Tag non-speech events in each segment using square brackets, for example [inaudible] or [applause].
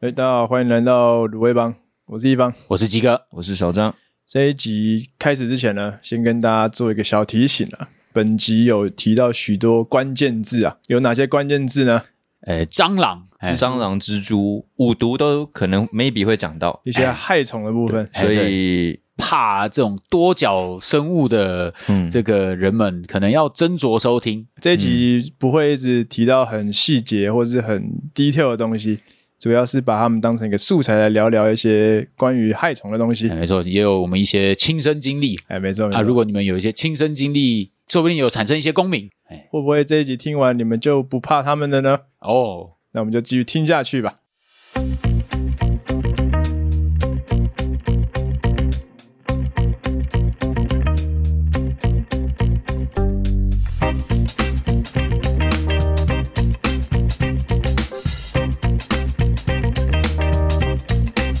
哎，大家好，欢迎来到卤味帮，我是一方。我是鸡哥，我是小张，这一集开始之前呢，先跟大家做一个小提醒啊。本集有提到许多关键字啊，有哪些关键字呢？诶，呃哎蟑螂，诶蟑螂、蜘蛛、五毒都可能 maybe 会讲到，一些害虫的部 [laughs] 分。哎所以怕这种多角生物的嗯这个人们，可能要斟酌收听。这一集不会一直提到很细节或是很 detail 的东西，主要是把它们当成一个素材来聊聊一些关于害虫的东西哎。没错，也有我们一些亲身经历哎，没错没错。啊。如果你们有一些亲身经历，说不定有产生一些共鸣。哎，会不会这一集听完你们就不怕他们了呢？哦，那我们就继续听下去吧。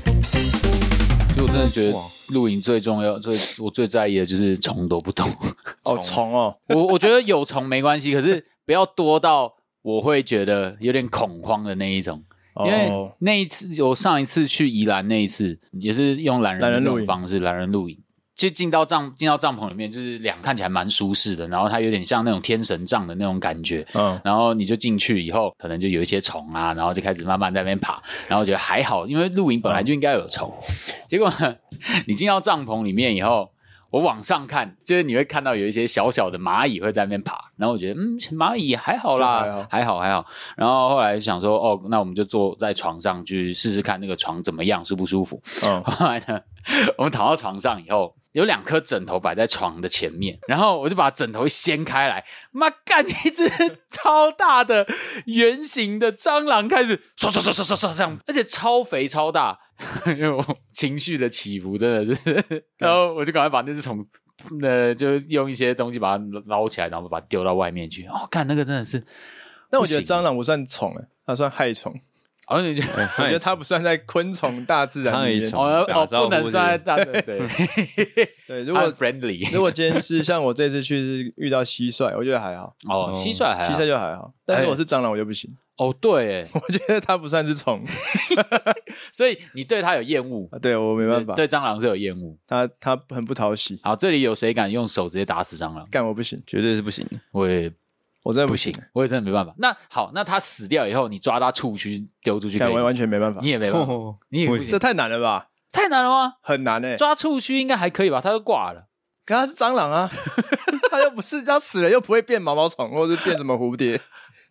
所以我真的觉得哇露营最重要、最我最在意的就是虫都不动。 [laughs] 哦，虫虫哦，我我觉得有虫没关系，可是不要多到我会觉得有点恐慌的那一种。因为哦，那一次我上一次去宜兰那一次也是用懒人懒的人这露种营方式，懒人露营。就进到帐进到帐篷里面，就是两看起来蛮舒适的，然后它有点像那种天神帐的那种感觉。嗯，然后你就进去以后，可能就有一些虫啊，然后就开始慢慢在那边爬，然后觉得还好，因为露营本来就应该有虫。 [laughs] 结果呢你进到帐篷里面以后，我往上看，就是你会看到有一些小小的蚂蚁会在那边爬，然后我觉得嗯，蚂蚁还好啦，就还好还好还好。然后后来想说，哦，那我们就坐在床上去试试看那个床怎么样，舒不舒服。嗯后来呢， [laughs] 我们躺到床上以后，有两颗枕头摆在床的前面，然后我就把枕头一掀开来，妈干一只超大的圆形的蟑螂开始唰唰唰唰唰唰这样，而且超肥超大，因为我情绪的起伏真的就是，然后我就赶快把那只虫。呃，就用一些东西把它捞起来，然后把它丢到外面去。哦，看那个真的是，那我觉得不行哦蟑螂不算虫诶，它算害虫。而且就我哎觉得它不算在昆虫大自 [laughs] 然里面害。虫哦打哦，招不能呼是啊算在大对 [laughs] 对，对，如啊果 friendly [laughs] 如果今天是像我这次去是遇到蟋蟀，我觉得还 [laughs] 好，哦，蟋蟀还好蟋蟀就还好。但如果是蟑螂，我就不行，哦，对，哎 [laughs] 我觉得它不算是虫。所以你对它有厌恶，啊对我没办法，对对蟑螂是有厌恶。它它很不讨喜，好，这里有谁敢用手直接打死蟑螂？干我不行，绝对是不行的。我也我真的不不行，，我也真的没办法。那好，那它死掉以后，你抓它触须丢出去可干以我吗，完全没办法你。也哎没办 [laughs] 法，哦你也不这行，太难了吧？太难了吗？很难欸诶。抓触须应该还可以吧？它都挂了。可它是蟑螂啊， [laughs] 它又不是它死了又不会变毛毛虫，或者是变什么蝴蝶。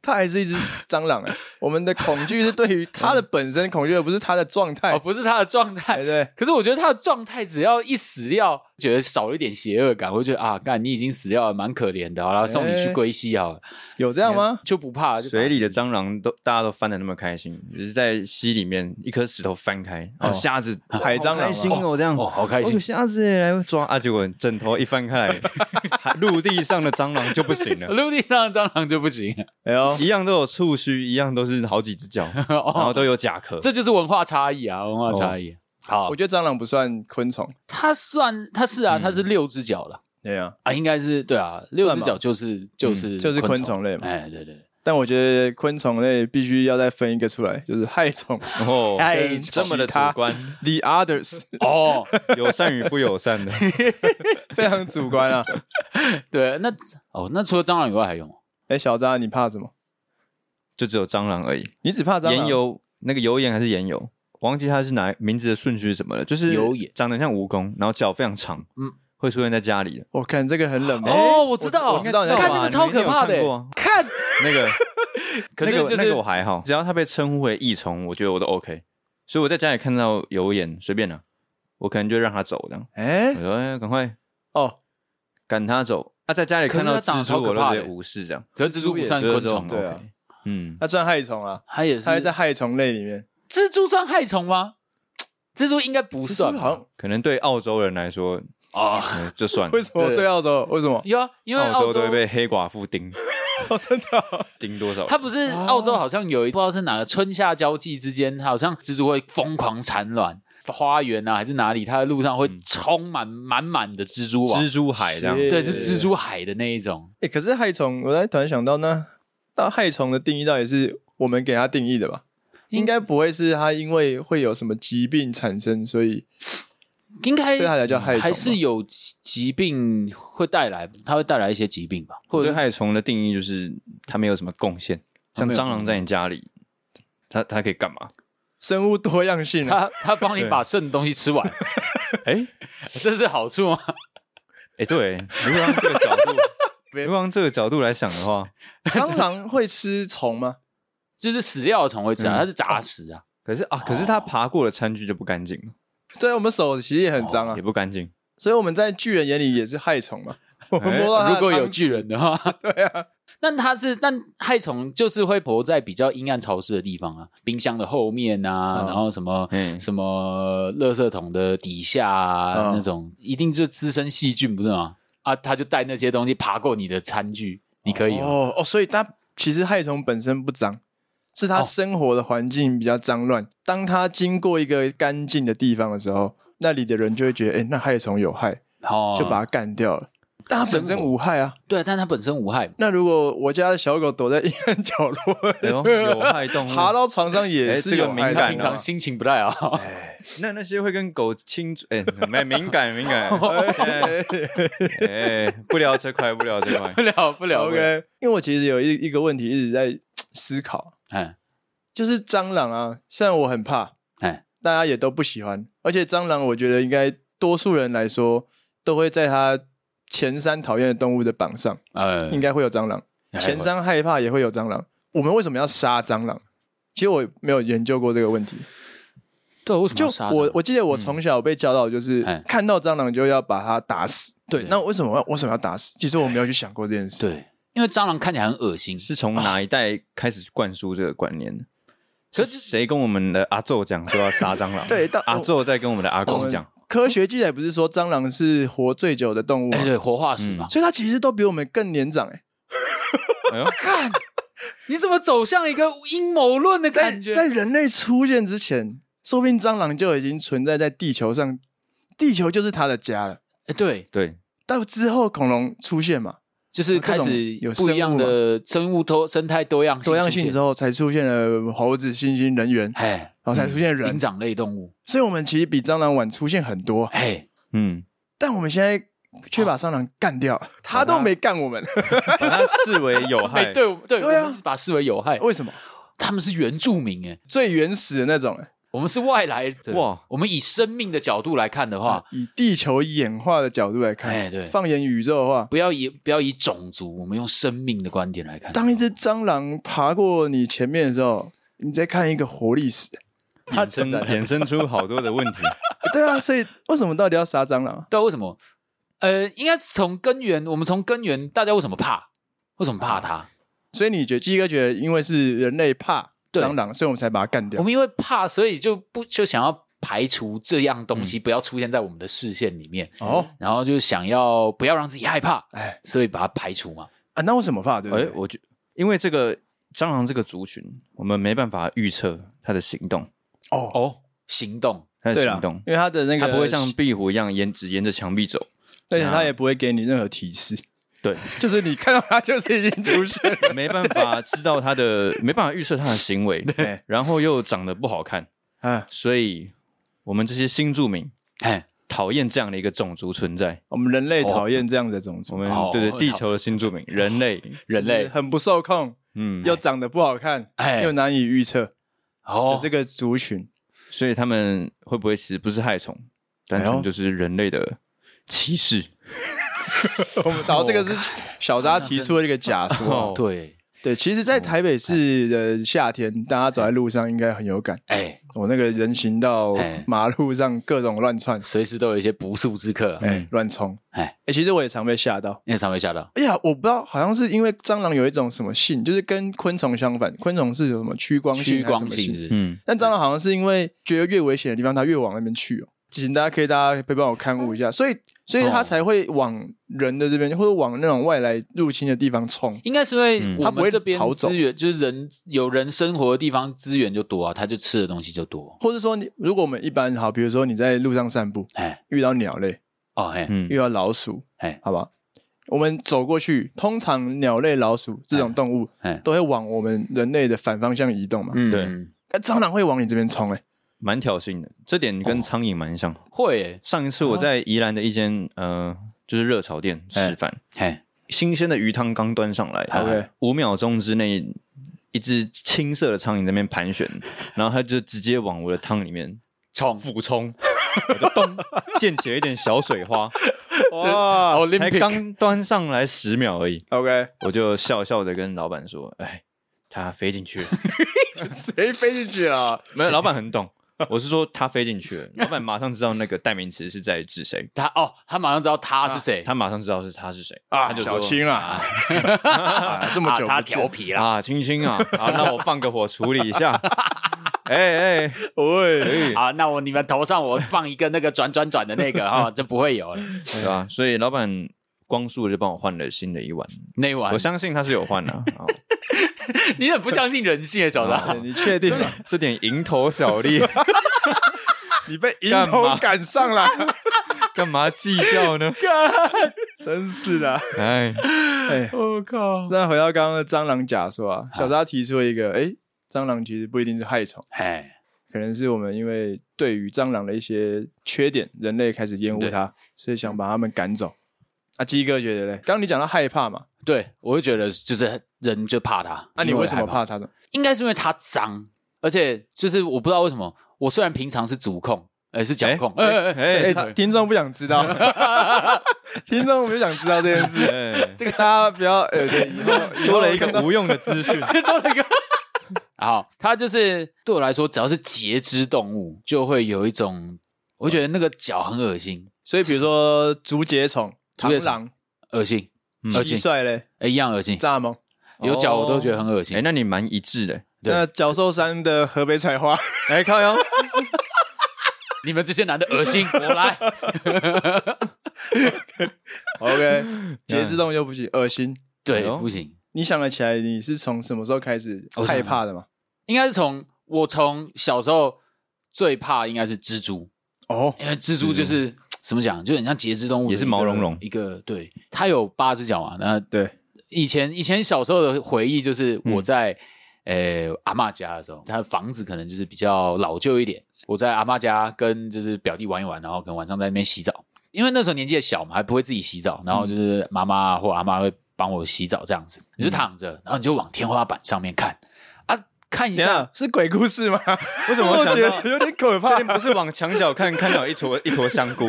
它还是一只蟑螂诶。我们的恐惧是对于它的本身恐惧，而不是它的状态哦，。不是它的状对 [laughs] 态。对，可是我觉得它的状态只要一死掉，觉得少了一点邪恶感，我就觉得啊，干你已经死掉了，蛮可怜的。好了，送你去哎归西好了，有这样吗？就不怕就把水里的蟑螂都大家都翻的那么开心，只是在溪里面一颗石头翻开，然后虾子海蟑螂哦好开心哦，这样嗯哦，好开哦心有。虾子耶来抓啊，结果枕头一翻开 [laughs] 来，海陆地上的蟑螂就不啊行 [laughs] 了。陆地上的蟑螂就不行，哎呦，一样都有触须，一样都是好几只脚，然后哦，都有甲壳。这就是文化差异啊，文哦化差异。好我，觉得蟑螂不算昆虫，它算它是啊，它是六只脚了对啊，啊，应该是对啊，六只脚就是就是嗯就是昆虫类嘛哎，对对，但我觉得昆虫类必须要再分一个出来，就是害虫然后哎，跟哦这么其的主他观， ，the others， [laughs] [laughs] 哦，友善与不友善 [laughs] 的。非常主观啊。对，那哦，那除了蟑螂以外还有吗？哎，小扎，你怕什么？就只有蟑螂而已。你只怕蟑岩螂？啊油那个油盐还是盐油，忘记它是哪名字的顺序是什么了，就是油盐长得像蜈蚣，然后脚非常长，嗯嗯，会出现在家里的我看这个很冷门哦，我知道，我知道你在看干那嘛个超可怕你一定有看的欸过啊，看，[laughs] 那个。可是那个就那是个我还好，只要它被称呼为异虫，我觉得我都 OK。所以我在家里看到油盐随便拿，我可能就让它走这样。哎我，说哎，赶快哦，赶它走。啊，在家里看到可是它长得蜘超蛛，可我怕都的直接无视这样。可是蜘蛛不算所以昆这种虫，哦对啊 OK，嗯，它算害虫啊，它也是它会在害虫类里面，蜘蛛算害虫吗？蜘蛛应该不算是吧好像可能对澳洲人来说，哦，嗯 [laughs] 就算了为。什么对最澳洲？为什么？有啊，因为澳澳都会被黑寡妇 [laughs] 盯，真的哦盯多少？它不是澳洲，好像有一不知道是哪个春夏交际之间，好像蜘蛛会疯狂产卵，花园啊还是哪里，它的路嗯上会充满满满的蜘蛛网蜘，蛛海这样。是对，是蜘蛛海的那一种。哎，可是害虫，我才突然想到，那那害虫的定义到底是我们给它定义的吧？应该不会是它因为会有什么疾病产生，所以应该所以它才叫害虫吧还是有疾病会带来，它会带来一些疾病吧，我或对者是害虫的定义就是它没有什么贡献，它像没有蟑螂在你家里，它它可以干嘛？生物多样性啊。它它帮你把剩的东西吃完，哎、 [laughs] 诶这是好处吗？ [laughs] 哎、对， [laughs] 如果用这个角 [laughs] 度，如果用这个角度来想的话， [laughs] 蟑螂会吃虫吗？就是死掉的虫会吃嗯啊，它是杂食啊，可是啊，可是它爬过的餐具就不干净了，对，啊我们手其实也很脏啊也，不干 [laughs] 净。所以我们在巨人眼里也是害虫嘛。 [laughs] 我们哎摸到它的如果有汤匙巨，人的话， [laughs] 对啊。那它是，那害虫就是会活在比较阴暗潮湿的地方啊，冰箱的后面啊，嗯然后什么、嗯什么垃圾桶的底下啊，嗯那种一定就滋生细菌，不是吗？啊，它就带那些东西爬过你的餐具，你可以吗？哦哦，所以它其实害虫本身不脏，是它哦生活的环境比较脏乱。当它经过一个干净的地方的时候，那里的人就会觉得，哎、那害虫有害，哦就把它干掉了。但它本身生活无害啊。对，但它本身无害，那如果我家的小狗躲在阴暗角落，哎呦， [laughs] 有害动物，爬到床上也哎是这个有害敏的它啊感平常心情不太好。哎那那些会跟狗亲嘴，哎、没敏感敏 [laughs] 感，哎、哎不聊这块，不聊这块 [laughs] 不。了不了 OK，因为我其实有一一个问题一直在思考，哎就是蟑螂啊，虽然我很怕，哎，大家也都不喜欢，而且蟑螂我觉得应该多数人来说都会在它前三讨厌的动物的榜上，呃，哎应该会有蟑螂，该前三害怕也会有蟑螂。我们为什么要杀蟑螂？其实我没有研究过这个问题。对，啊为什么就要杀我蟑螂嗯我记得我从小被教导，就是哎看到蟑螂就要把它打死。对，对那为什么要为什么要打死？其实我没有去想过这件事。对，因为蟑螂看起来很恶心，是啊从哪一代开始灌输这个观念的？可是是谁跟我们的阿昼讲说要杀蟑螂？对但阿昼在跟我们的阿我公们讲，科学记载不是说蟑螂是活最久的动物吗哎，？对，活化石嘛。所以它其实都比我们更年长哎、哎呦，看，你怎么走向一个阴谋论的在在人类出现之前，说不定蟑螂就已经存在在地球上，地球就是它的家了。哎对，对，到之后恐龙出现嘛，就是开始有不一样的生物多生态多样性多样出性现之，后才出现了猴子、猩猩、人猿，然哎，后才出现人灵。长类动物，所以我们其实比蟑螂晚出现很多，哎，嗯，但我们现在却把蟑螂干掉，它都没干我 [laughs] 们，把它视为有害 [laughs] 哎，。对我们对，对啊我们是把视为有害，为什么？他们是原住民，哎，最原始的那种、哎我们是外来的，哇我们以生命的角度来看的话，以地球演化的角度来看，哎对放眼宇宙的话，不要以不要以种族，我们用生命的观点来看，当一只蟑螂爬过你前面的时候，你在看一个活历史。衍生衍生出好多的问题，对啊，所以为什么到底要杀蟑螂？对啊，为什么？呃，应该是从根源，我们从根源，大家为什么怕？为什么怕它？所以你觉得鸡哥觉得，因为是人类怕对蟑螂，所以我们才把它干我掉。们因为怕，所以就不就想要排除这样东嗯西不要出现在我们的视线里面，哦，然后就想要不要让自己害怕，哎所以把它排除嘛。啊，那为什么怕？ [laughs] 对不哎对，？我觉因为这个蟑螂这个族群，我们没办法预测它的行动，哦，哦，行动它的对啦行动，因为它的那它个不会像，壁虎一样沿只沿着墙 [laughs] 壁走。而且它也不会给你任何提示，对， [laughs] 就是你看到它就是已经出现了。 [laughs] 没办法知道它的，没办法预测它的行为，对，然后又长得不好看，啊，所以我们这些新住民哎，讨厌这样的一个种族存在。我们人类讨厌这样的种我族，们哦对对，讨地球的新住民，人类，人就是类很不受控，嗯，又长得不好看，哎又难以预测的哦这，个族群。所以他们会不会其实不是害虫，单哎纯呦就是人类的歧视？我们然后这个是小扎提出了一个假说哦，对，对，其实，在台北市的夏天，大家走在路上应该很有感。哎，我那个人行道哎马路上各种乱窜，随时都有一些不速之客，哎，乱冲，哎哎，其实我也常被吓到。你很常被吓到。哎呀，我不知道，好像是因为蟑螂有一种什么性，就是跟昆虫相反，昆虫是有什么趋光性趋还是什光么性性，是不是，嗯，但蟑螂好像是因为觉得越危险的地方，它越往那边去哦。请大家可以大家可以帮我看顾一下，所以所以它哦才会往人的这边，或者往那种外来入侵的地方冲。应该是因为嗯我它不们会这边逃走资源就是人有人生活的地方资源就多啊，他就吃的东西就多，或者说你，如果我们一般好，比如说你在路上散步，哎，遇到鸟类，哦，哎，嗯遇到老鼠，哎好吧，我们走过去，通常鸟类、老鼠这种动物哎哎都会往我们人类的反方向移动嘛。嗯对嗯呃蟑螂会往你这边冲，哎，蛮挑衅的，这点跟苍蝇蛮像。会耶，上一次我在宜兰的一间呃，就是热炒店吃饭，嘿，新鲜的鱼汤刚端上对来，啊五秒钟之内，一只青色的苍蝇在那边盘旋，然后它就直接往我的汤里面冲俯冲，我就咚溅起了一点小水花，哇才 Olympic [laughs] 刚端上来十秒而已， ，OK，我就笑笑的跟老板说：“哎，它飞 [laughs] 进去了。谁飞进去了？”没有，老板很懂。我是说，它飞进去 [laughs] 了，老板马上知道那个代名词是在指谁，他哦，他马上知道他是谁，他马上知道是他是谁啊他就小说青啊，啊 [laughs] 这么久啊不他见调，皮啦，啊，青青啊，啊，那我放个火处理一 [laughs] 下。哎哎，喂，啊，那我你们头上我放一个那个转转转的那个哈，这不会有了。对吧？所以老板光速就帮我换了新的一碗，那一晚我，相信他是有换 [laughs] 的。啊 [laughs] 你很不相信人性，小啊张。你确定吗？ [laughs] 这点蝇头小利， [laughs] 你被迎干头嘛赶上 [laughs] 来，干嘛计较呢？真是的。哎，哎， [laughs] 我靠！那回到刚刚的蟑螂假说啊，小扎提出了一个，哎，蟑螂其实不一定是害虫，哎，可能是我们因为对于蟑螂的一些缺点，人类开始厌恶对它，所以想把它们赶走。啊，鸡哥觉得嘞，刚刚你讲到害怕嘛，啊对，我就觉得就是人就怕他。那、你因为什么害怕它呢？应该是因为它脏，而且就是我不知道为什么，我虽然平常是足控，呃，是脚控，哎哎哎哎哎、哎，听众不想知 [laughs] 道，听众不想知道这件事，哎 [laughs] 这个大家不要呃，对，以后以后多了一看到个无用的资讯。好，它就是对我来说，只要是节肢动物，就会有一种，我觉得那个脚很恶心，所以比如说竹节虫、竹节螳虫螂、恶心，嗯蟋恶心，蟀嘞、哎一样恶心，蚱蜢。有脚我都觉得很恶心哎，。那你蛮一致的。对那角兽山的河北采 [laughs] 花，哎，靠腰，你们这些男的恶心，我来。 OK，节 [laughs] 肢动物就不行，恶心。对哎，呦不行，你想得起来，你是从什么时候开始我想害怕的吗？应该是从我从小时候最怕应该是蜘蛛，哦，因为蜘蛛就是怎么讲，就很像节肢动物的一个，也是毛茸茸一个。对，它有八只脚嘛。那对，以前以前小时候的回忆就是我在、呃阿嬷家的时候，她的房子可能就是比较老旧一点。我在阿嬷家跟就是表弟玩一玩，然后可能晚上在那边洗澡，因为那时候年纪也小嘛，还不会自己洗澡，然后就是妈妈或阿嬷会帮我洗澡这样子。你就躺着，然后你就往天花板上面看啊，看一等一下下是鬼故事 [laughs] 吗？为什么我我觉想到得有点可确怕定。不是往墙角看，看到一坨 [laughs] 一坨香 [laughs] 菇，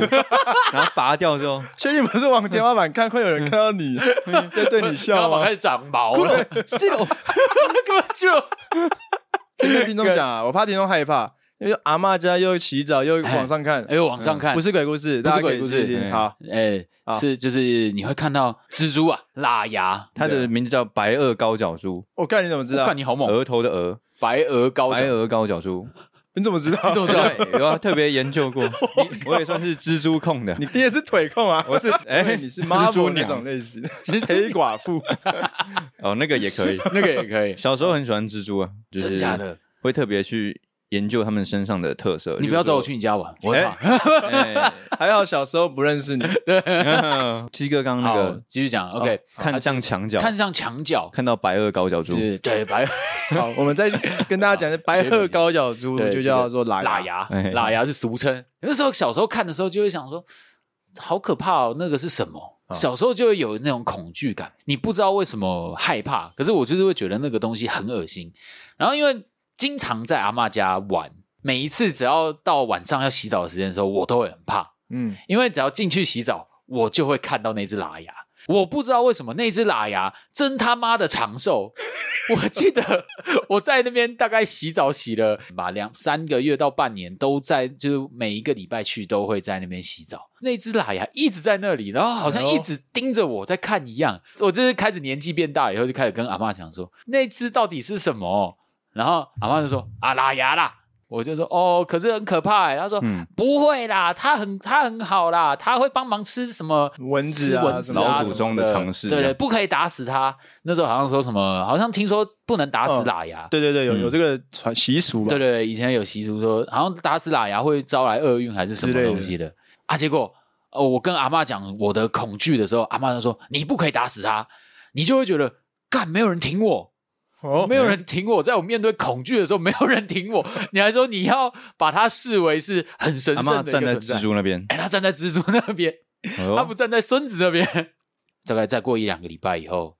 然后拔掉之后，确定不是往天花板看，会有人看到 [laughs] 你在对你天花笑板吗开？始长毛了， [laughs] 是哦，根本就。跟听众讲 [laughs] 啊，我怕听众害怕，因为阿嬷家又洗澡又往上 [laughs] 看，哎呦，往上看，不是鬼故事，不大是家可以鬼故自己事听嗯好，哎、啊是就是你会看到蜘蛛啊、辣牙，它的名字叫白垩高脚蛛，我看你怎么知我道看？你好猛，额头的额，白鹅高啊白脚，额高脚蛛，你怎么知道？ [laughs] 你怎么知道？ [laughs] 对，有啊，特别 [laughs] 研究过，我也算是蜘蛛控的，你你也是腿控啊？[laughs] 我是因为哎，你是蜘蛛 Marvel 那鸟种类型，黑寡妇。哦，那个也可以。那个也 [laughs] 可以，小时候很喜欢蜘蛛啊，就是真假的？会特别去研究它们身上的特色。你不要找我去例你家玩，我会怕。如说。 [laughs] 哎还好小时候不认识你，鸡哥刚刚那好个，哦继续讲，OK，看上墙角，哦看上墙角，看到白垩高脚就蛛，是对白好，我们再跟大家讲一下，白鹤高脚蛛对就叫做喇辣牙哎，辣牙是俗称。那时候小时候看的时候就会想说，好可怕哦，那个是什嗯么？小时候就会有那种恐惧感，你不知道为什么害怕，可是我就是会觉得那个东西很恶心。然后因为经常在阿嬷家玩，每一次只要到晚上要洗澡的时间的时候，我都会很怕，嗯，因为只要进去洗澡，我就会看到那只喇牙。我不知道为什么那只喇牙真他妈的长寿。 [laughs] 我记得我在那边大概洗澡洗了嘛两三个月到半年，都在就是每一个礼拜去都会在那边洗澡。那只喇牙一直在那里，然后好像哎呦一直盯着我在看一样。我就是开始年纪变大以后，就开始跟阿嬷讲说那只到底是什么，然后阿嬷就说啊喇牙啦。我就说哦，可是很可怕欸。他说、嗯不会啦，它很它很好啦，它会帮忙吃什么蚊子吃啊蚊子什么啊老祖宗的什么尝试对这对，样不可以打死它。那时候好像说什么，好像听说不能打死嗯喇牙。对对对，有有这个传习俗吧对？对对，以前有习俗说，好像打死喇牙会招来厄运还是什么之类的东西的啊。结果哦，我跟阿嬷讲我的恐惧的时候，阿嬷就说你不可以打死它，你就会觉得干没有人挺我，哦没有哎人挺我，在我面对恐惧的时候，没有人挺 [laughs] 我。你还说你要把它视为是很神阿妈圣的站一在个存在。蜘蛛那边，哎，他站在蜘蛛那边，哎呦他不站在孙子这边。 [laughs] 大概再过一两个礼拜以后，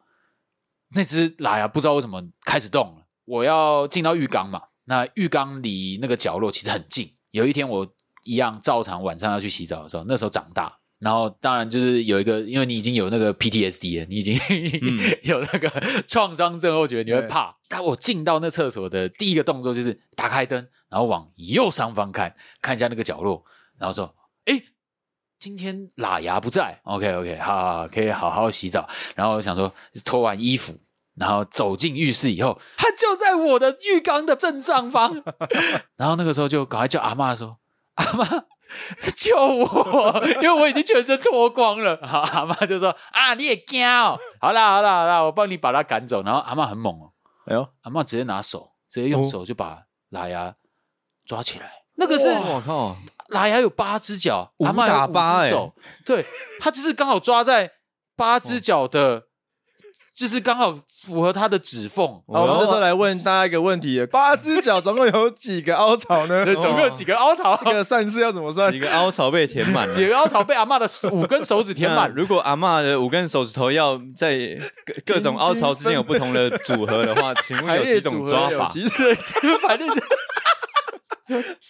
那只拉呀，不知道为什么开始动了。我要进到浴缸嘛，那浴缸离那个角落其实很近。有一天我一样照常晚上要去洗澡的时候，那时候长大，然后当然就是有一个，因为你已经有那个 PTSD 了，你已经、 [laughs] 有那个创伤症候群，你会对怕。但我进到那厕所的第一个动作就是打开灯，然后往右上方看，看一下那个角落，然后说：“诶，今天喇牙不在，OK OK，好好好，可以好好洗澡。”然后我想说脱完衣服，然后走进浴室以后，它就在我的浴缸的正上 [laughs] 方。然后那个时候就赶快叫阿嬷说：“阿嬷救我！因为我已经全身脱光了。好，阿嬷就说：“啊，你也惊哦！好啦，好啦，好啦，我帮你把它赶走。”然后阿嬷很猛哦，哎呦，阿嬷直接拿手，直接用哦手就把拉牙抓起来。那个是我靠，拉牙有八只脚，五阿嬷打有八五只手，对，他就是刚好抓在八只脚的，就是刚好符合他的指缝。好，我然们这时后候来问大家一个问题：八只脚总共有几个凹槽呢？哦对，总共有几个凹槽？这个算式要怎么算几？个凹槽被填满 [laughs] 了。几个凹槽被阿嬷的手五根手指填那 [laughs] 满。如果阿嬷的五根手指头要在各各种凹槽之间有不同的组合的话，请排问有列几组种合抓有法？其实，反正 [laughs] 是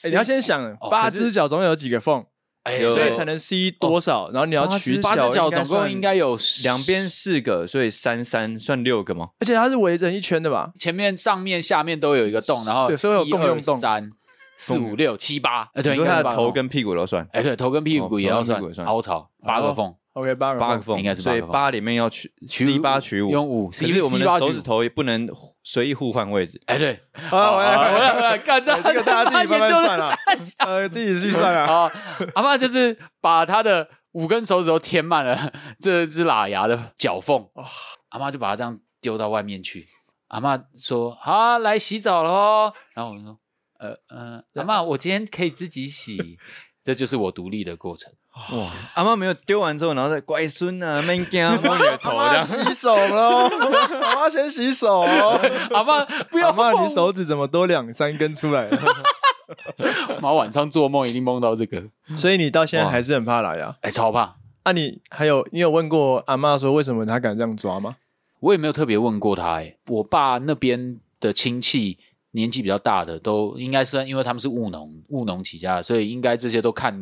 哎你要先想，哦八可是只脚总共有几个缝，哎，有所所以以才能 C 多少，然后你要取八只脚总共算应该有两边，四个，所以三三算六个吗？而且它是围成一圈的吧？前面、上面、下面都有一个洞，然后对所以有一共用二洞三四五六七八，哎，对，你应说该他是的八个头洞跟屁股都算哎，对，头跟屁股也要头跟屁股也算算凹槽，八个哦缝， OK，八个八个缝。缝，应该是八所个以缝八里面要取取一八取五，用五，可是我们18的手取指五。头也不能随意互换位置。哎，对，好，啊我好哎来，回我来，来回来，看到这个大 [laughs] 家自己慢慢算啦了。呃，自己去算啊。啊，阿妈就是把她的五根手指头填满了这只喇牙的脚缝，哦阿妈就把它这样丢到外面去。阿妈说：“好、啊来洗澡喽。”然后我就说：“呃呃，阿妈，我今天可以自己洗。” [laughs] 这就是我独立的过程。哇，阿妈没有丢完之后，然后再乖孙啊，慢点 [laughs] 摸你的头阿妈这样。洗手喽，阿妈先洗手哦。阿妈不要阿妈，碰你手指怎么多两三根出来了？ [laughs] 我，妈晚上做梦一定梦到这个，所以你到现在还是很怕来呀？哎，超怕。啊，你还有你有问过阿妈说为什么她敢这样抓吗？我也没有特别问过他、欸，我爸那边的亲戚年纪比较大的，都应该算，因为他们是务农，务农起家的，所以应该这些都看、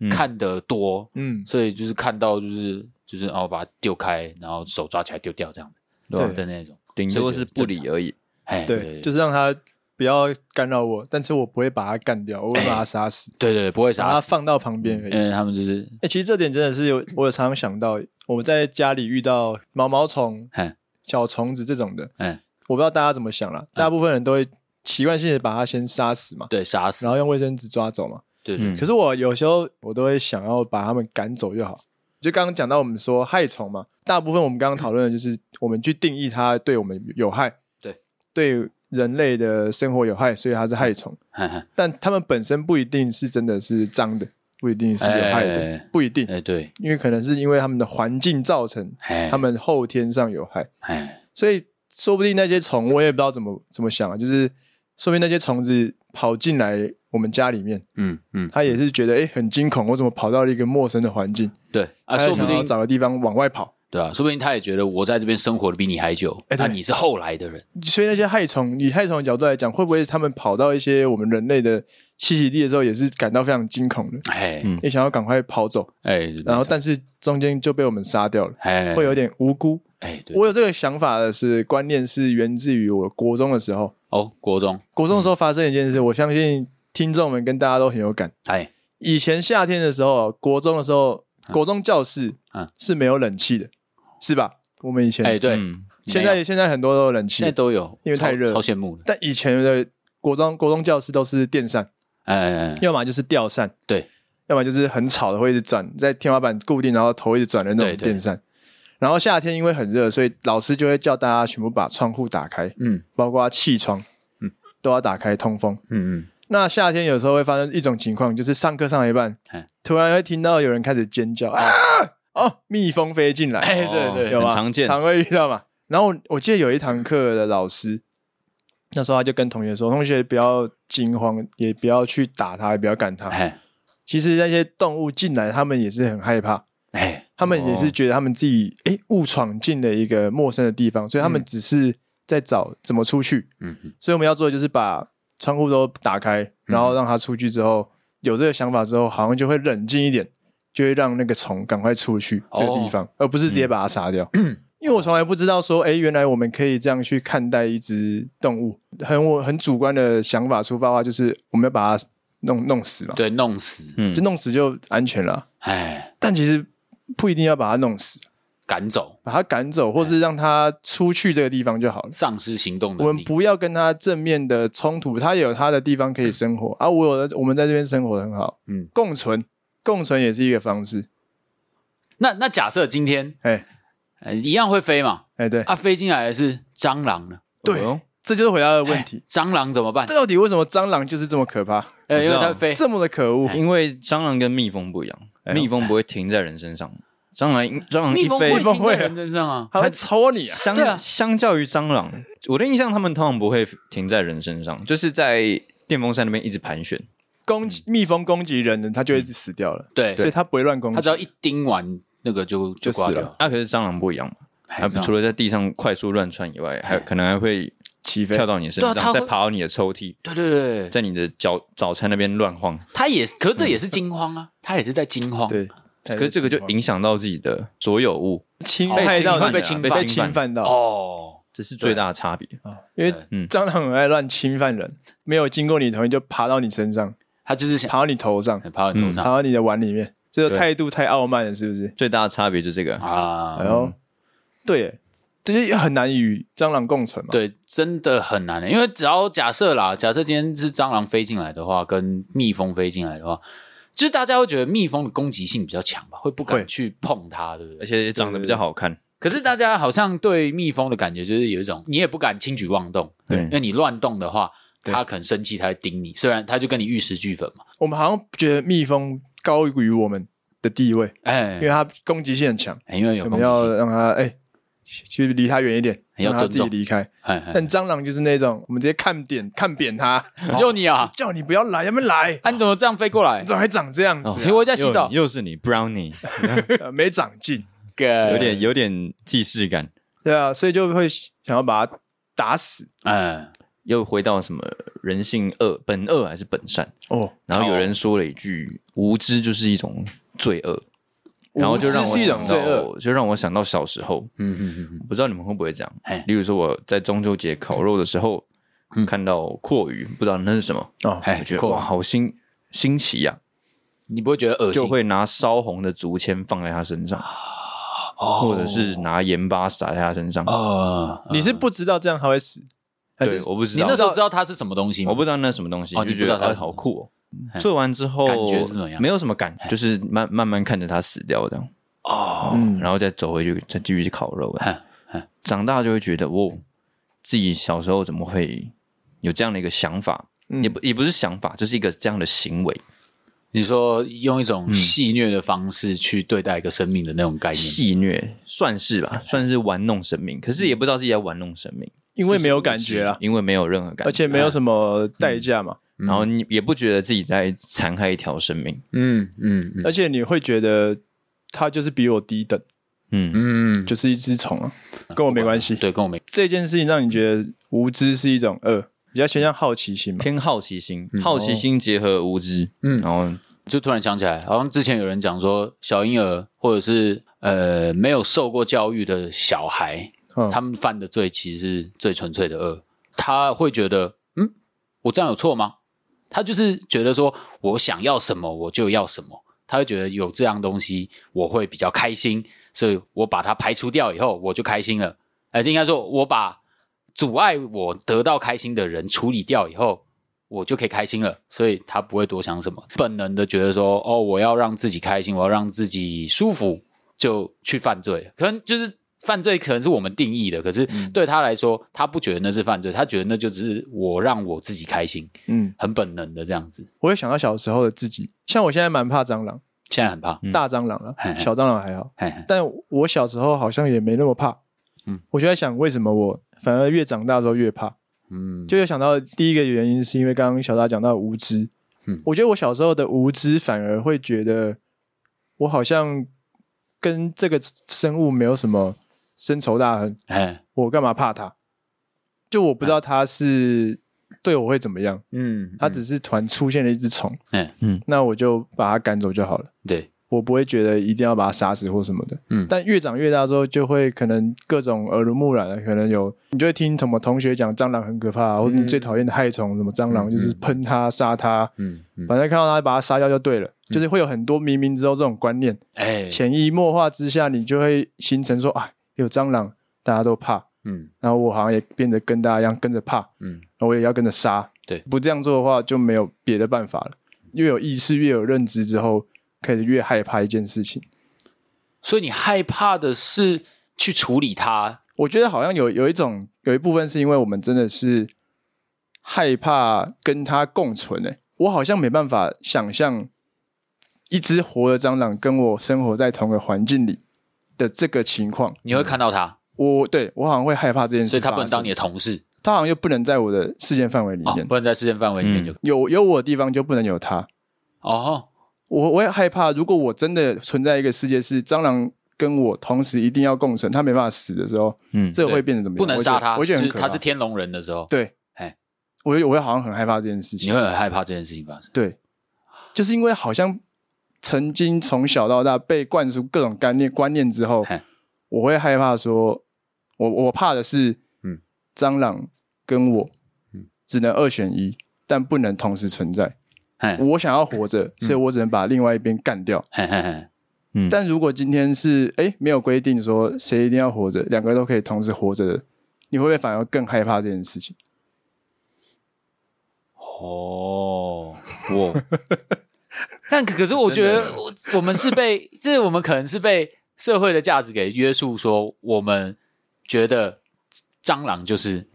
嗯看得多，嗯，所以就是看到就是就是哦，把它丢开，然后手抓起来丢掉这样的，对的那种，顶多是不理而已。哎，对，就是是让她不要干扰我，但是我不会把她干掉，我会把她杀死，对对，对不会把她杀死，放到旁边而已。嗯，他们就是哎、其实这点真的是有，我有常常想到，我们在家里遇到毛毛虫嗯、小虫子这种的，嗯，我不知道大家怎么想啦，大部分人都会习惯性的把它先杀死嘛，对杀死然，后用卫生纸抓走嘛。对对嗯对，可是我有时候我都会想要把它们赶走就好。就刚刚讲到我们说害虫嘛，大部分我们刚刚讨论的就是我们去定义它对我们有害，对对人类的生活有害，所以它是害虫。哼哼但它们本身不一定是真的是脏的，不一定是有害的，哎不一定。哎对，因为可能是因为他们的环境造成哎嗯他们后天上有害，哎所以说不定那些虫我也不知道怎么怎么想啊，就是说明那些虫子跑进来我们家里面，嗯嗯，它也是觉得诶哎很惊恐，我怎么跑到了一个陌生的环境？对啊，它也说不想要定找个地方往外跑，对啊，说不定他也觉得我在这边生活的比你还久，啊哎对那你是后来的人，所以那些害虫，以害虫的角度来讲，会不会他们跑到一些我们人类的栖息地的时候，也是感到非常惊恐的，哎嗯也想要赶快跑走，哎，然后但是中间就被我们杀掉了，哎会有点无辜。哎，对我有这个想法的是观念是源自于我国中的时候，哦，国中国中的时嗯候发生一件事，我相信听众们跟大家都很有感。哎以前夏天的时候，啊国中的时候，啊国中教室嗯是没有冷气的，是吧？我们以前哎对，嗯现没有在现在很多都有冷现在气，都有，因为太超热了超羡慕的，但以前的国中国中教室都是电扇，哎哎哎要么就是吊扇，对，要么就是很吵的会一直转在天花板固定，然后头一直转的那对种对电扇。然后夏天因为很热，所以老师就会叫大家全部把窗户打开，嗯包括气窗，嗯都要打开通风。嗯嗯，那夏天有时候会发生一种情况，就是上课上到一半哎，突然会听到有人开始尖叫啊！哦，蜜蜂飞进来，哦哎对对有吧？很常见常会遇到嘛。然后我记得有一堂课的老师，那时候他就跟同学说，同学不要惊慌，也不要去打它，也不要赶它。哎其实那些动物进来，他们也是很害怕，哎，他们也哦是觉得他们自己诶误闯进了一个陌生的地方，所以他们只是在找怎么出去。嗯哼所以我们要做的就是把窗户都打嗯开，然后让它出去之后，有这个想法之后，好像就会冷静一点，就会让那个虫赶快出去哦嗯这个地方，而不是直接把它杀 [coughs] 掉。因为我从来不知道说，哎，原来我们可以这样去看待一只动物。很我很主观的想法出发的话，就是我们要把它弄弄死嘛，对，弄死，嗯就弄死就安全了。哎，但其实不一定要把它弄死，赶走，把它赶走，或是让它出去这个地方就好了。丧失行动我能们力，不要跟他正面的冲突，他有他的地方可以生活啊，我有的，我们在这边生活得很好，嗯，共存，共存也是一个方式，那那假设今天哎呃一样会飞嘛，哎，对啊，飞进来的是蟑螂呢？对哦，这就是回答的问题，蟑螂怎么办？哎到底为什么蟑螂就是这么可怕，呃，因为我知它道飞，这么的可恶？因为蟑螂跟蜜蜂不一样，哎呦蜜蜂不会停在人身上，蟑螂蟑螂蜜一蜂飞会蜂停会在啊人身上啊。它会戳你啊！相、对啊相较于蟑螂，我的印象他们通常不会停在人身上，就是在电风扇那边一直盘旋。攻击蜜蜂攻击人呢，它就一直死掉了，嗯对，所以它不会乱攻它只击。要一叮完那个就就挂死掉了了。啊哎那、可是蟑螂不一样嘛，它还不除了在地上快速乱窜以外，还有可能还会起飞跳到你身上，哎对啊它会再爬到你的抽屉，对对对，在你的脚早餐那边乱晃。它也是，可是这也是惊慌啊，它也是在惊慌。嗯对，可是这个就影响到自己的所有物，侵被害侵到犯你被啊侵被犯侵犯到，哦，这是最大的差别。因为嗯蟑螂很爱乱侵犯人，没有经过你同意就爬到你身上，它就是想爬到你头上，爬到你头爬上到你的碗里面，这个对态度太傲慢了，是不是？最大的差别就是这个，然啊。后，对耶，就是很难与蟑螂共存嘛。，对，真的很难的，欸因为只要假设啦，假设今天是蟑螂飞进来的话，跟蜜蜂飞进来的话，就是大家会觉得蜜蜂的攻击性比较强吧，会不敢会去碰它，对不而对？且也长得比较好看。可是大家好像对蜜蜂的感觉就是有一种，你也不敢轻举妄动，对嗯因为你乱动的话，对它可能生气，它会叮你。虽然它就跟你玉石俱焚嘛，我们好像觉得蜜蜂高于我们的地位，哎因为，它攻击性很强，哎因为有我们攻击要性，让它哎，去离它远一点，要让它尊自己重离开。哎哎但蟑螂就是那种，我们直接看扁看扁它，又你啊，叫你不要来，要不要来？啊，你怎么这样飞过来哦你？怎么还长这样子谁啊？会在洗澡？又又是你，Brownie，呃没长进，有呃有点有点既视感。对啊，所以就会想要把它打死。嗯，又回到什么人性恶，本恶还是本善？哦，然后有人说了一句：“无知就是一种罪恶。”然后就让无我知是一种想罪到恶，就让我想到小时候，嗯嗯嗯，不知道你们会不会这嘿样？例如说我在中秋节烤肉的时候，嗯看到阔鱼，不知道那是什么，哦，哎我觉，得酷哇，好新新奇呀、你不会觉得恶心？啊就会拿烧红的竹签放在他身上，哦或者是拿盐巴撒在他身上。哦，你是不知道这样它会死，还嗯对是，我不知你道那，时候知道它是什么东西吗？我不知道那是什么东西，哦就你不觉知道它得是哎什么好酷哦。嘿做完之后感觉是怎么样没有什么感，就是慢慢慢看着它死掉这样，哦，嗯然后再走回去再继续去烤肉。哼哼长大就会觉得，哇，自己小时候怎么会有这样的一个想法？嗯也不也不是想法，就是一个这样的行为，你说用一种戏谑的方式去对待一个生命的那种概念，戏谑算是吧，算是玩弄生命。可是也不知道自己在玩弄生命，因嗯为没有感觉啊，因为没有任何感觉，嗯而且没有什么代价嘛，然后你也不觉得自己在残害一条生命。嗯嗯嗯而且你会觉得它就是比我低等，嗯，嗯，就是一只虫啊，跟我没关系。对，跟我没这件事情让你觉得无知是一种恶，比较偏向好奇心嘛。偏好奇心，好奇心结合无知，哦嗯嗯，然后就突然想起来，好像之前有人讲说，小婴儿或者是呃没有受过教育的小孩，嗯他们犯的罪其实是最纯粹的恶。他会觉得，嗯，我这样有错吗？他就是觉得说我想要什么我就要什么，他会觉得有这样东西我会比较开心，所以我把它排除掉以后我就开心了。还是应该说，我把阻碍我得到开心的人处理掉以后，我就可以开心了，所以他不会多想什么，本能的觉得说，哦，我要让自己开心，我要让自己舒服，就去犯罪。可能就是犯罪，可能是我们定义的，可是嗯对他来说，他不觉得那是犯罪，他觉得那就只是我让我自己开心，嗯，很本能的这样子。我会想到小时候的自己，像我现在蛮怕蟑螂，现在很怕，嗯大蟑螂了嘿，嘿小蟑螂还好，嘿嘿但我小时候好像也没那么怕。嗯嗯，我就在想，为什么我反而越长大之后越怕？嗯，就有想到第一个原因，是因为刚刚小达讲到无知。嗯我觉得我小时候的无知，反而会觉得我好像跟这个生物没有什么深仇大恨，哎，我干嘛怕它？就我不知道它是对我会怎么样，嗯，它只是突然出现了一只虫，嗯嗯那我就把它赶走就好了。对，我不会觉得一定要把它杀死或什么的。嗯但越长越大之后，就会可能各种耳濡目染了，可能有你就会听什么同学讲蟑螂很可怕啊，或者你最讨厌的害虫什么蟑螂，就是喷它杀它，嗯嗯，反正看到它把它杀掉就对了。就是会有很多冥冥之中这种观念，哎，潜移默化之下，你就会形成说啊，有蟑螂大家都怕，嗯然后我好像也变得跟大家一样跟着怕，嗯我也要跟着杀。对不这样做的话就没有别的办法了。越有意识，越有认知之后，开始越害怕一件事情。所以你害怕的是去处理它，我觉得好像有有一种有一部分是因为我们真的是害怕跟它共存、欸。我好像没办法想象一只活的蟑螂跟我生活在同个环境里的这个情况。你会看到它，我对我好像会害怕这件事，所以它不能当你，的同事它好像又不能在我的视线范围里哦面，，不能在事件范围里面嗯就有有我的地方就不能有它。哦，我我也害怕，如果我真的存在一个世界是蟑螂跟我同时一定要共存，它没办法死的时候，嗯，这对会变成怎么样？不能杀它，我觉得我觉得很就是可它怕。是天龙人的时候，对，哎我我会好像很害怕这件事你情。会很害怕这件事情发生。对，就是因为好像曾经从小到大被灌输各种概念观念之后嗨，我会害怕说，我我怕的是，嗯蟑螂跟我，嗯只能二选一，但不能同时存在。嘿嗯我想要活着，所以我只能把另外一边干掉。嘿嘿嘿，嗯但如果今天是哎没有规定说谁一定要活着，两个都可以同时活着的，你会不会反而更害怕这件事情？哦，我， [laughs] 但可可是我觉得我我们是被，这我们可能是被社会的价值给约束，说我们觉得蟑螂就是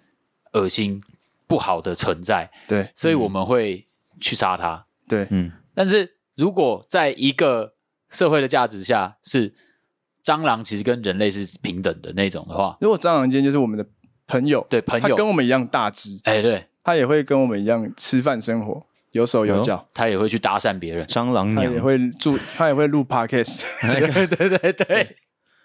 恶心不好的存在，对所以我们会去杀它。对，嗯但是如果在一个社会的价值下，是蟑螂其实跟人类是平等的那种的话，如果蟑螂今天就是我们的朋友，对朋他友跟，我们一样大只，哎，对他也会跟我们一样吃饭生活，有手有脚，他也会去搭讪别人， [laughs] 蟑螂他娘也会住，他也会录 [laughs] podcast，对对对对，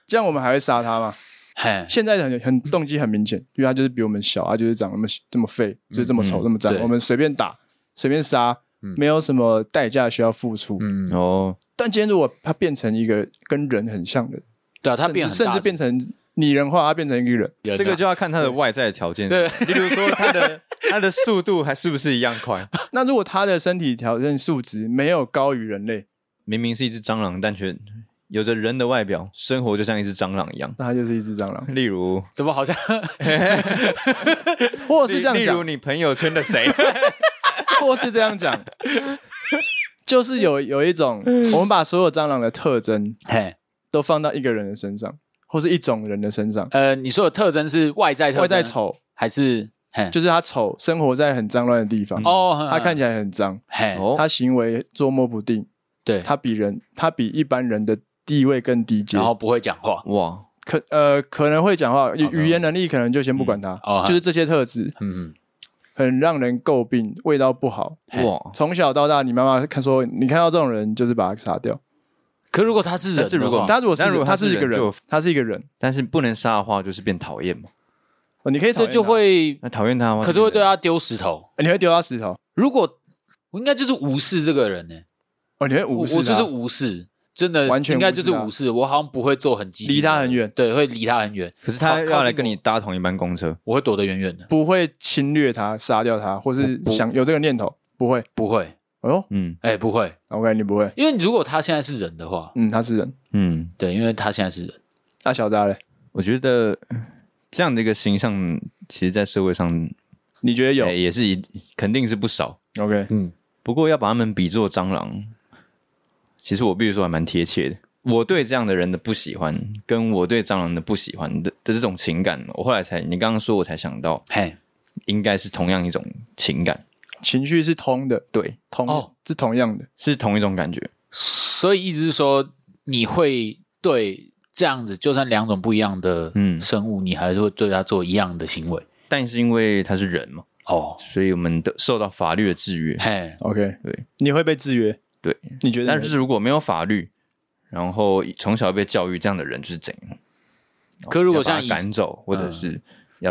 这样我们还会杀他吗？嘿，现在很很动机很明显，因为他就是比我们小，他就是长那么这么废，就是这么丑，嗯这么脏对，我们随便打，随便杀嗯，没有什么代价需要付出。嗯，哦，但今天如果它变成一个跟人很像的，对啊，他甚至变很甚至变成拟人化，它变成一个人。人啊这个就要看它的外在条件，对，例如说它的它的速度还是不是一样快。那如果它的身体条件数值没有高于人类，明明是一只蟑螂，但却有着人的外表，生活就像一只蟑螂一样。那它就是一只蟑螂，[laughs] 例如，怎么好像哦或是这样 [laughs] 例例讲如，你朋友圈 [laughs] 的谁？ [laughs] 或是这样讲，就是有有一种，我们把所有蟑螂的特征嘿都放到一个人的身上，或是一种人的身上，呃，你说的特征是外在特征外在丑，还是嘿就是他丑，生活在很脏乱的地方，哦，他看见起来很脏，嘿哦他行为捉摸不定，对，他比人，他比一般人的地位更低阶然，后不会讲话，哇，可呃可能会讲话，语 OK 语言能力可能就先不管他哦，就是这些特质嗯嗯，很让人诟病，味道不好。嘿哇，从小到大，你妈妈看说你看到这种人就是把他杀掉。可如果他是人但是的如果话，他如果是那如果他他是是一个人人就，他是一个人，但是不能杀的话，就是变讨厌嘛。哦你可以讨这厌就他会，那讨厌他的话，可是会对啊他丢石头。你会丢他石头，如果我应该就是无视这个人呢、哦，你会我无视我就是他无视，真的完全应该就无是视他无视，我好像不会做很积极，离他很远，对，会离他很远，可是靠他靠近要来我跟你搭同一班公车，我会躲得远远的，不会侵略他、杀掉他，或是不不想有这个念头，不会。不会，哦嗯哎、不会， ，OK，你不会，因为如果他现在是人的话，嗯，他是人。嗯，对，因为他现在是人，那小扎嘞，我觉得这样的一个形象，其实在社会上你觉得有哎也是一肯定是不少。 ？OK，嗯，不过要把他们比作蟑螂，其实我必须说还蛮贴切的。我对这样的人的不喜欢，跟我对蟑螂的不喜欢的的这种情感，我后来才你刚刚说，我才想到，嘿，应该是同样一种情感，情绪是通的，对，同哦是同样的。是同一种感觉。所以意思是说，你会对这样子，就算两种不一样的嗯生物，你还是会对他做一样的行为，但是因为他是人嘛，哦，所以我们的受到法律的制约。嘿， OK，对，你会被制约，对，你觉得你会？但是如果没有法律，然后从小被教育这样的人就是怎样？可如果要把像他以赶走，或者是要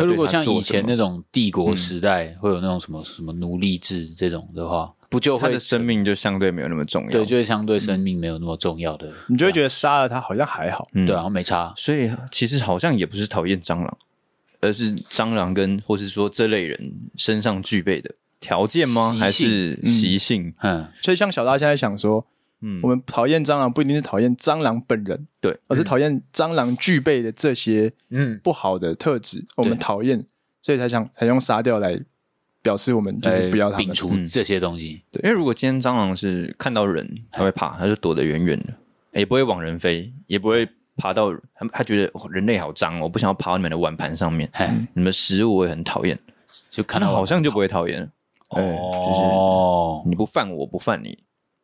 那对如果他像做以什前么那种帝国时代，会有那种什么什么奴隶制这种的话，不就他会的生命就相对没有那么重要。对，就会相对生命没有那么重要的，你就会觉得杀了他好像还好，嗯对啊，没差，所以其实好像也不是讨厌蟑螂，而是蟑螂跟或是说这类人身上具备的条件吗？习性还是习性？嗯，所以像小大现在想说，嗯我，们讨厌蟑螂不一定是讨厌蟑螂本人，对，而是讨厌蟑螂具备的这些嗯，不好的特质，我们讨厌，所以才想才用杀掉来表示我们就是不要他来们摒。除这些东西，因为如果今天蟑螂是看到人，它会怕，它就躲得远远的，也不会往人飞，也不会爬到它，它觉得哦人类好脏，我不想要爬到你们的碗盘上面，嘿，你们食物我也很讨厌，就看看到到嗯好像就不会讨厌了。哎哦，你不犯我，我不犯你。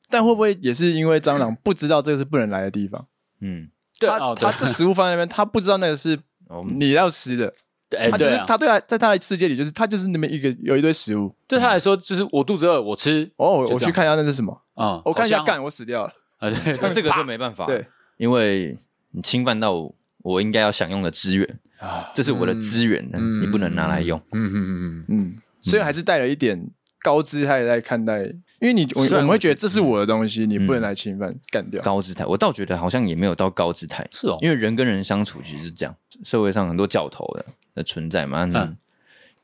但会不会也是因为蟑螂不知道这个是不能来的地方？嗯，对，他哦，他这食物放在那边，他不知道那个是我们你要吃的，对哎，他就对是啊，他对他在他的世界里就是他就是那么一个有一堆食物。对他来说就是我肚子饿，我吃，哦，我就我去这样看一下那是什么，嗯，我看一下好香干，哦，我死掉了。啊 [laughs] 对 [laughs] 那这个就没办法，对，因为你侵犯到我我应该要享用的资源，啊，这是我的资源，嗯你不能拿来用。嗯嗯嗯嗯，嗯，所以还是带了一点高姿态在看待，因为你我虽我然们我会觉得这是我的东西，你不嗯能来侵犯干掉。高姿态，我倒觉得好像也没有到高姿态，是哦，因为人跟人相处其实是这样，社会上很多教头的的存在嘛，嗯，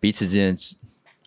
彼此之间的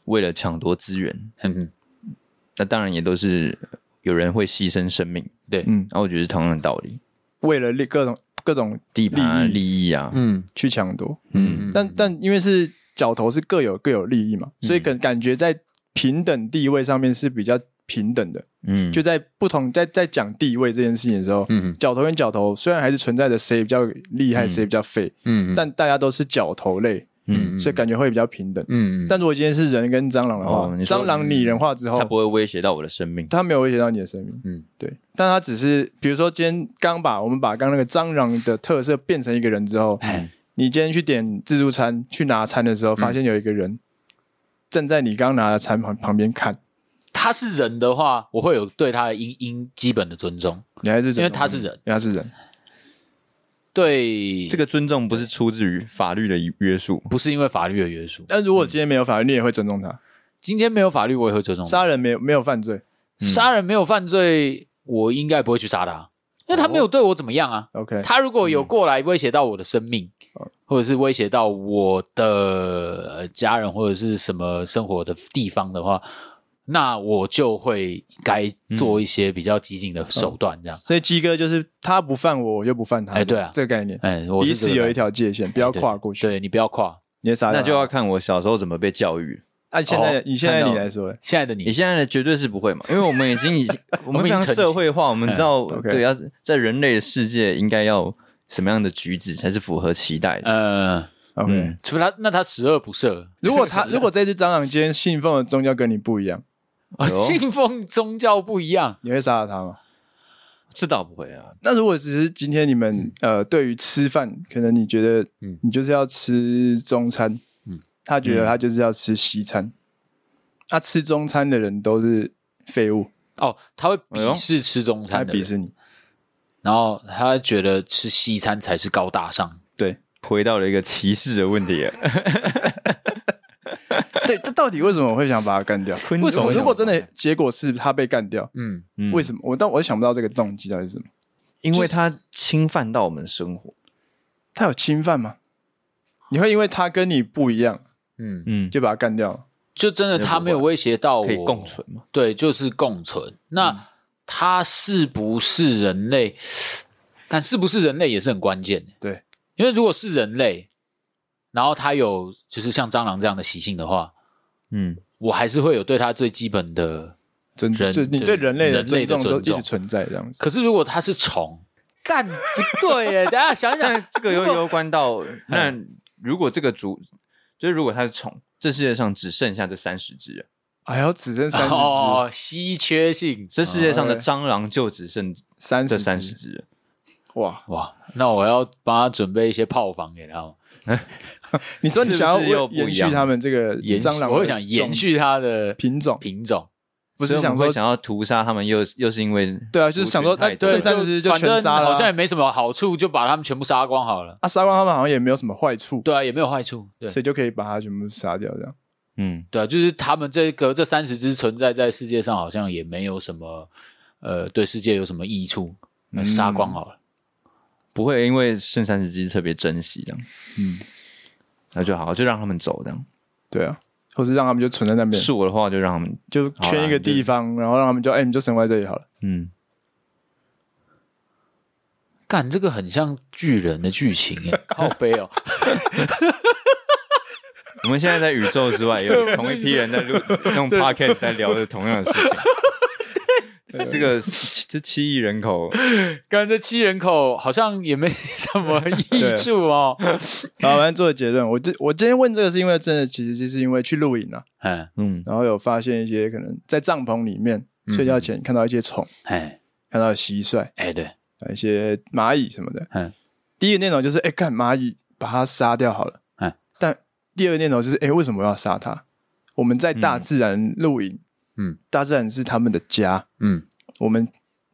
为了抢夺资源，嗯嗯，那当然也都是有人会牺牲生命，对，嗯，那我觉得是同样的道理，为了利各种各种地盘啊、利益利益啊，嗯去抢夺，嗯，嗯但但因为是角头是各有各有利益嘛，所以感感觉在平等地位上面是比较平等的。嗯，就在不同在在讲地位这件事情的时候，嗯角头跟角头虽然还是存在着谁比较厉害，嗯谁比较废，嗯但大家都是角头类，嗯所以感觉会比较平等。嗯但如果今天是人跟蟑螂的话，哦你说蟑螂拟人化之后嗯他，不会威胁到我的生命，它没有威胁到你的生命，嗯，对。但它只是，比如说今天刚把我们把刚那个蟑螂的特色变成一个人之后，哎你今天去点自助餐去拿餐的时嗯候，发现有一个人站在你刚拿的餐旁旁边看，他是人的话，我会有对他的应应基本的尊重，你还是因为他是人因为他是人，对这个尊重不是出自于法律的约束，不是因为法律的约束。但如果今天没有法律，你也会尊重他。今天没有法律，我也会尊重。嗯杀人没有没有犯罪杀人没有犯罪，我应该不会去杀他，因为他没有对我怎么样啊。 ，OK，他如果有过来威胁到我的生命，或者是威胁到我的呃家人或者是什么生活的地方的话，那我就会该做一些比较激进的手段，这样。所以鸡哥就是他不犯我，我就不犯他，哎对啊这个概念，哎，我彼是此这个有感一条界限，不要跨过去，对你不要跨。你也杀掉那他就要看我小时候怎么被教育。按现在哦以现在看你到了来说，哎现在的你你，现在的绝对是不会嘛，因为我们已经已 [laughs] 经我们我们非常已经成型社会化，我们知道嗯，OK 对要在人类的世界应该要什么样的举止才是符合期待的。呃， ，OK 嗯。除非他那他十恶不赦，如 [laughs] 果他如果这只蟑螂今天信奉的宗教跟你不一样，哦哎呦信奉宗教不一样，你会杀了他吗？这倒不会啊，那如果只是今天你们呃，对于吃饭，可能你觉得嗯你就是要吃中餐，嗯他觉得他就是要吃西餐，他吃中餐的人都是废物，哦，他会哎呦鄙视吃中哎他餐的鄙人，视你，然后他觉得吃西餐才是高大上。对 [laughs] 回到了一个歧视的问题。啊对，这到底为什么我会想把他干掉？昆 [laughs] 为什么？虫如果真的结果是他被干掉，嗯，嗯为什么？我但我想不到这个动机到底是什么。因为它侵犯到我们生活，他有侵犯吗？你会因为他跟你不一样嗯，嗯，就把他干掉？就真的那不他没有威胁到我，可以共存嘛？对，就是共存。那他是不是人类？看是不是人类也是很关键的，对，因为如果是人类，然后他有就是像蟑螂这样的习性的话，嗯，我还是会有对他最基本的真人就你对对人类的人类尊重的都尊重一直存在这样子。可是如果它是虫， [laughs] 哦干不对耶！大家想 [laughs] 想，这个又如果攸关 [laughs] 到那如果这个族，就是如果它是虫，这世界上只剩下这三十只了，哎呦，只剩三十只，哦，稀缺性，这世界上的哦蟑螂就只剩三这十三三十只了。哇！哇，那我要帮他准备一些炮房给他吗。你说你想要是不是又不一样延续他们这个延续蟑螂，我会想延续它的品种，品种，不所以是我们想说会想要屠杀他们又，又是因为对啊，就是想说族群哎，太多剩对，剩三十就反正全杀了啊，好像也没什么好处，就把它们全部杀光好了。啊，杀光他们好像也没有什么坏处，对啊，也没有坏处。对所以就可以把它全部杀掉，这样嗯，对啊，就是他们这个这三十只存在在世界上，好像也没有什么呃，对世界有什么益处，那杀光好嗯了。不会因为剩三十只特别珍惜这样，嗯，那就好，就让他们走这样。对啊，或是让他们就存在那边，是我的话，就让他们，就圈一个地方，然后让他们就哎，你就生活在这里好 [laughs] 了。 [laughs] 嗯，干，这个很像巨人的剧情 [laughs] 耶，好悲哦。我们现在在宇宙 [laughs] 之外有同一批人在录用 podcast 在聊着同样的事情。这个这七亿人口，干这七人口好像也没什么益处哦。然后反正做个结论，我这我今天问这个是因为真的，其实就是因为去露营啊，嗯，嗯，然后有发现一些可能在帐篷里面嗯睡觉前看到一些虫，哎看到蟋蟀、哎，对，一些蚂蚁什么的。嗯，第一个念头就是哎，干蚂蚁把它杀掉好了。嗯，但第二个念头就是哎，为什么要杀它？我们在大自然露营，嗯，大自然是他们的家，嗯，我们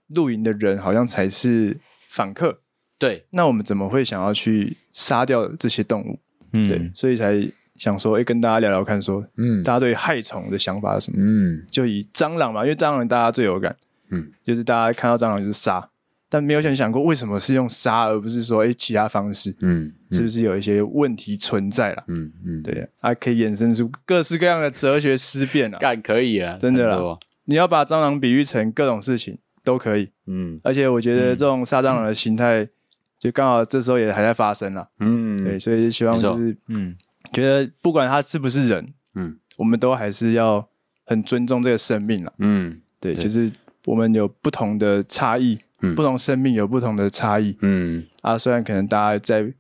露营的人好像才是访客，对，那我们怎么会想要去杀掉这些动物？嗯对，所以才想说，哎、跟大家聊聊看说嗯大家对害虫的想法是什么？嗯就以蟑螂嘛，因为蟑螂大家最有感，嗯，就是大家看到蟑螂就是杀，但没有想想过为什么是用杀，而不是说哎、诶其他方式，嗯是不是有一些问题存在啦？嗯嗯，对，啊，可以衍生出各式各样的哲学思辨啊。干可以啊，真的啦很多你要把蟑螂比喻成各种事情都可以，嗯而且我觉得这种杀蟑螂的形态，就刚好这时候也还在发生了。嗯，对，所以希望就没是嗯觉得不管它是不是人，嗯我们都还是要很尊重这个生命啦。啊嗯对，对就是我们有不同的差异，嗯不同生命有不同的差异嗯，啊。虽然可能大家在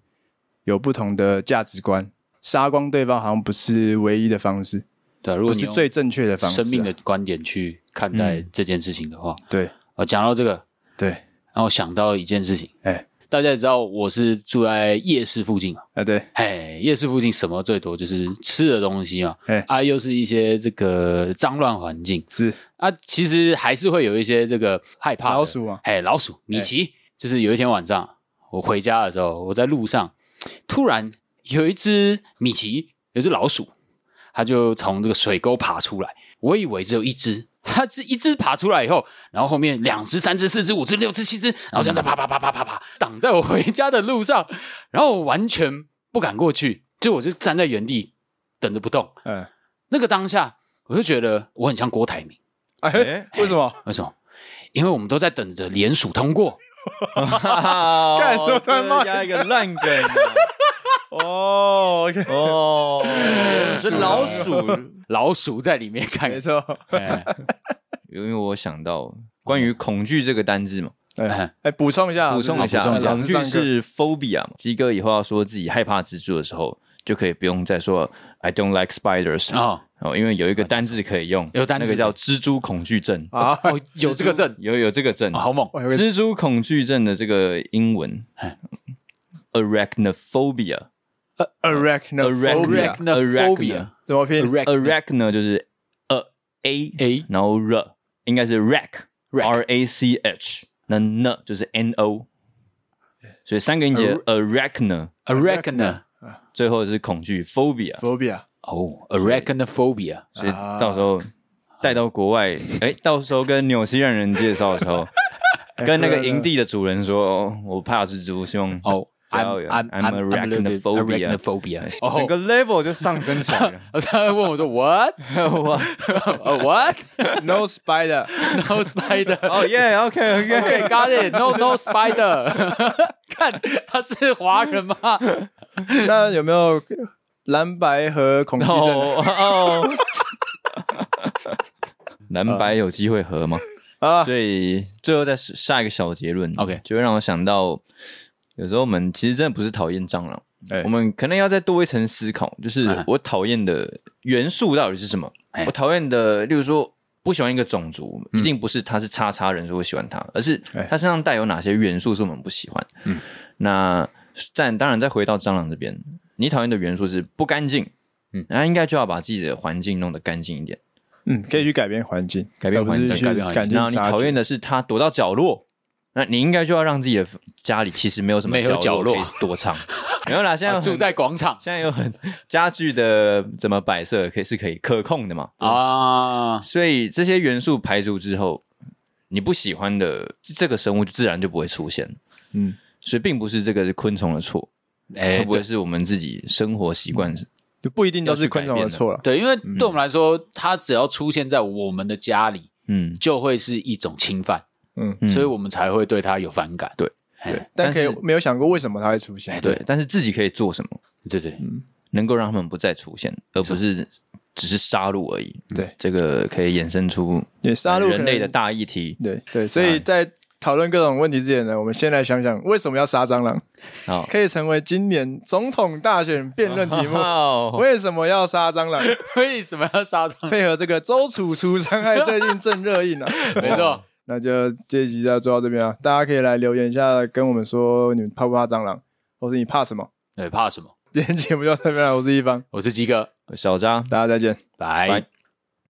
有不同的价值观，杀光对方好像不是唯一的方式，对啊，如不果你是用最啊正确的方式啊、生命的观点去看待嗯这件事情的话，对哦，讲到这个，对然后想到一件事情，哎大家也知道我是住在夜市附近嘛，啊对嘿，夜市附近什么最多就是吃的东西嘛，哎啊，又是一些这个脏乱环境是啊，其实还是会有一些这个害怕的老鼠啊，哎，老鼠米奇，就是有一天晚上我回家的时候，我在路上突然有一只米奇，有一只老鼠，它就从这个水沟爬出来。我以为只有一只，它是一只爬出来以后，然后后面两只、三只、四只、五只、六只、七只，然后这样再啪啪啪啪啪啪挡在我回家的路上，然后我完全不敢过去，就我就站在原地等着不动。嗯，那个当下，我就觉得我很像郭台铭，哎、[laughs] [laughs] 哎为什么？ [laughs] 为什么？因为我们都在等着联署通过。干干都在骂人哦加一个烂梗啊、 [laughs] 哦，OK，哦， [laughs] 是老鼠。 [laughs] 老鼠在里面看没，错，哎因为我想到关于恐惧这个单字嘛，哎哎，补充啊一下，啊补充一下，呃老师上恐惧课是 phobia 嘛。鸡哥以后要说自己害怕蜘蛛的时候，就可以不用再说 I don't like spiders 哦哦因为有一个单字可以用，有单字那个叫蜘蛛恐惧症，啊， [laughs] 哦，有这个证，有有这个症哦。好猛我有个蜘蛛恐惧症的这个英文哎 arachnophobia。 arachnophobia Arachnophobia arachnophobia 怎么拼，erect arach 呢就是 a a a 然后 r 应该是 rack Rack r a c h，那 n 就是 n o，所以三个音节 arachno， arachno 最后是恐惧 phobia， phobia 哦，arachnophobia 所以到时啊候带到国外，哎，到时候跟纽西兰人介绍的时 [laughs] 候，哎跟那个营地的主人说，哦，我怕蜘蛛，希望哦不要，I'm 有 I'm I'm Oh, I'm I'm a little bit arachnophobia arachnophobia [laughs] [laughs] 整哦。个 level 就上升 [laughs] 起来了。他问我说 What 我呃 What no spider No [laughs] spider [laughs] [laughs] 哦耶，OK OK [laughs] OK， Got it No No spider [laughs] 看他是华人 [laughs] 吗？那有没有蓝白和恐惧哦症呢 [laughs] 哦，蓝白有机会合吗？啊？所以最后再下一个小结论 OK 就会让我想到，有时候我们其实真的不是讨厌蟑螂，哎我们可能要再多一层思考，就是哎我讨厌的元素到底是什么？哎我讨厌的，例如说。不喜欢一个种族，嗯一定不是他是叉叉人，所以我喜欢他，而是哎他身上带有哪些元素是我们不喜欢。嗯，那但当然再回到蟑螂这边，你讨厌的元素是不干净，嗯嗯，那应该就要把自己的环境弄得干净一点。嗯，可以去改变环境，改变而不是环境去改变环境赶尽然后你杀讨绝厌的是他躲到角落，那你应该就要让自己的家里其实没有什么没有角落落可以躲藏。没有啦，现在有啊很住在广 [laughs] 场现在有很家具的怎么摆设可以是可以可控的嘛？啊，所以这些元素排除之后，你不喜欢的这个生物自然就不会出现。嗯，所以并不是这个昆虫的错，哎，会不对会是我们自己生活习惯？就不一定都是昆虫要的去改变的错了。对，因为对我们来说，它只要出现在我们的家里，嗯，就会是一种侵犯，嗯，嗯所以我们才会对它有反感。对哎，但但可以是没有想过为什么它会出现哎。对。但是自己可以做什么，对对，能够让他们不再出现，而不是只是杀戮而已。对，这个可以衍生出对，杀戮可哎人类能的哎大议题对对，所以在讨论各种问题之前呢，我们先来想想为什么要杀蟑螂， [laughs] 啊。可以成为今年总统大选辩论题 [laughs] 目。哦目，为什么要杀蟑螂？ [laughs] 为什么要杀蟑配合这个周楚除伤害最近正热映啊，螂？没错，那就这一集就要做到这边啊，大家可以来留言一下，跟我们说你们怕不怕蟑螂，或是你怕什么。对，怕什么？今天节目就到这边了，我是一方，我是鸡哥，小张，大家再见。拜拜。